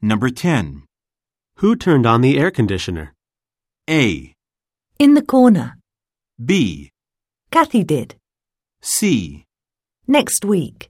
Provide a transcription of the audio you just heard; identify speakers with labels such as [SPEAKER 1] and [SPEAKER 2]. [SPEAKER 1] Number 10.
[SPEAKER 2] Who turned on the air conditioner?
[SPEAKER 1] A,
[SPEAKER 3] In the corner.
[SPEAKER 1] B,
[SPEAKER 3] Kathy did.
[SPEAKER 1] C.
[SPEAKER 3] Next week.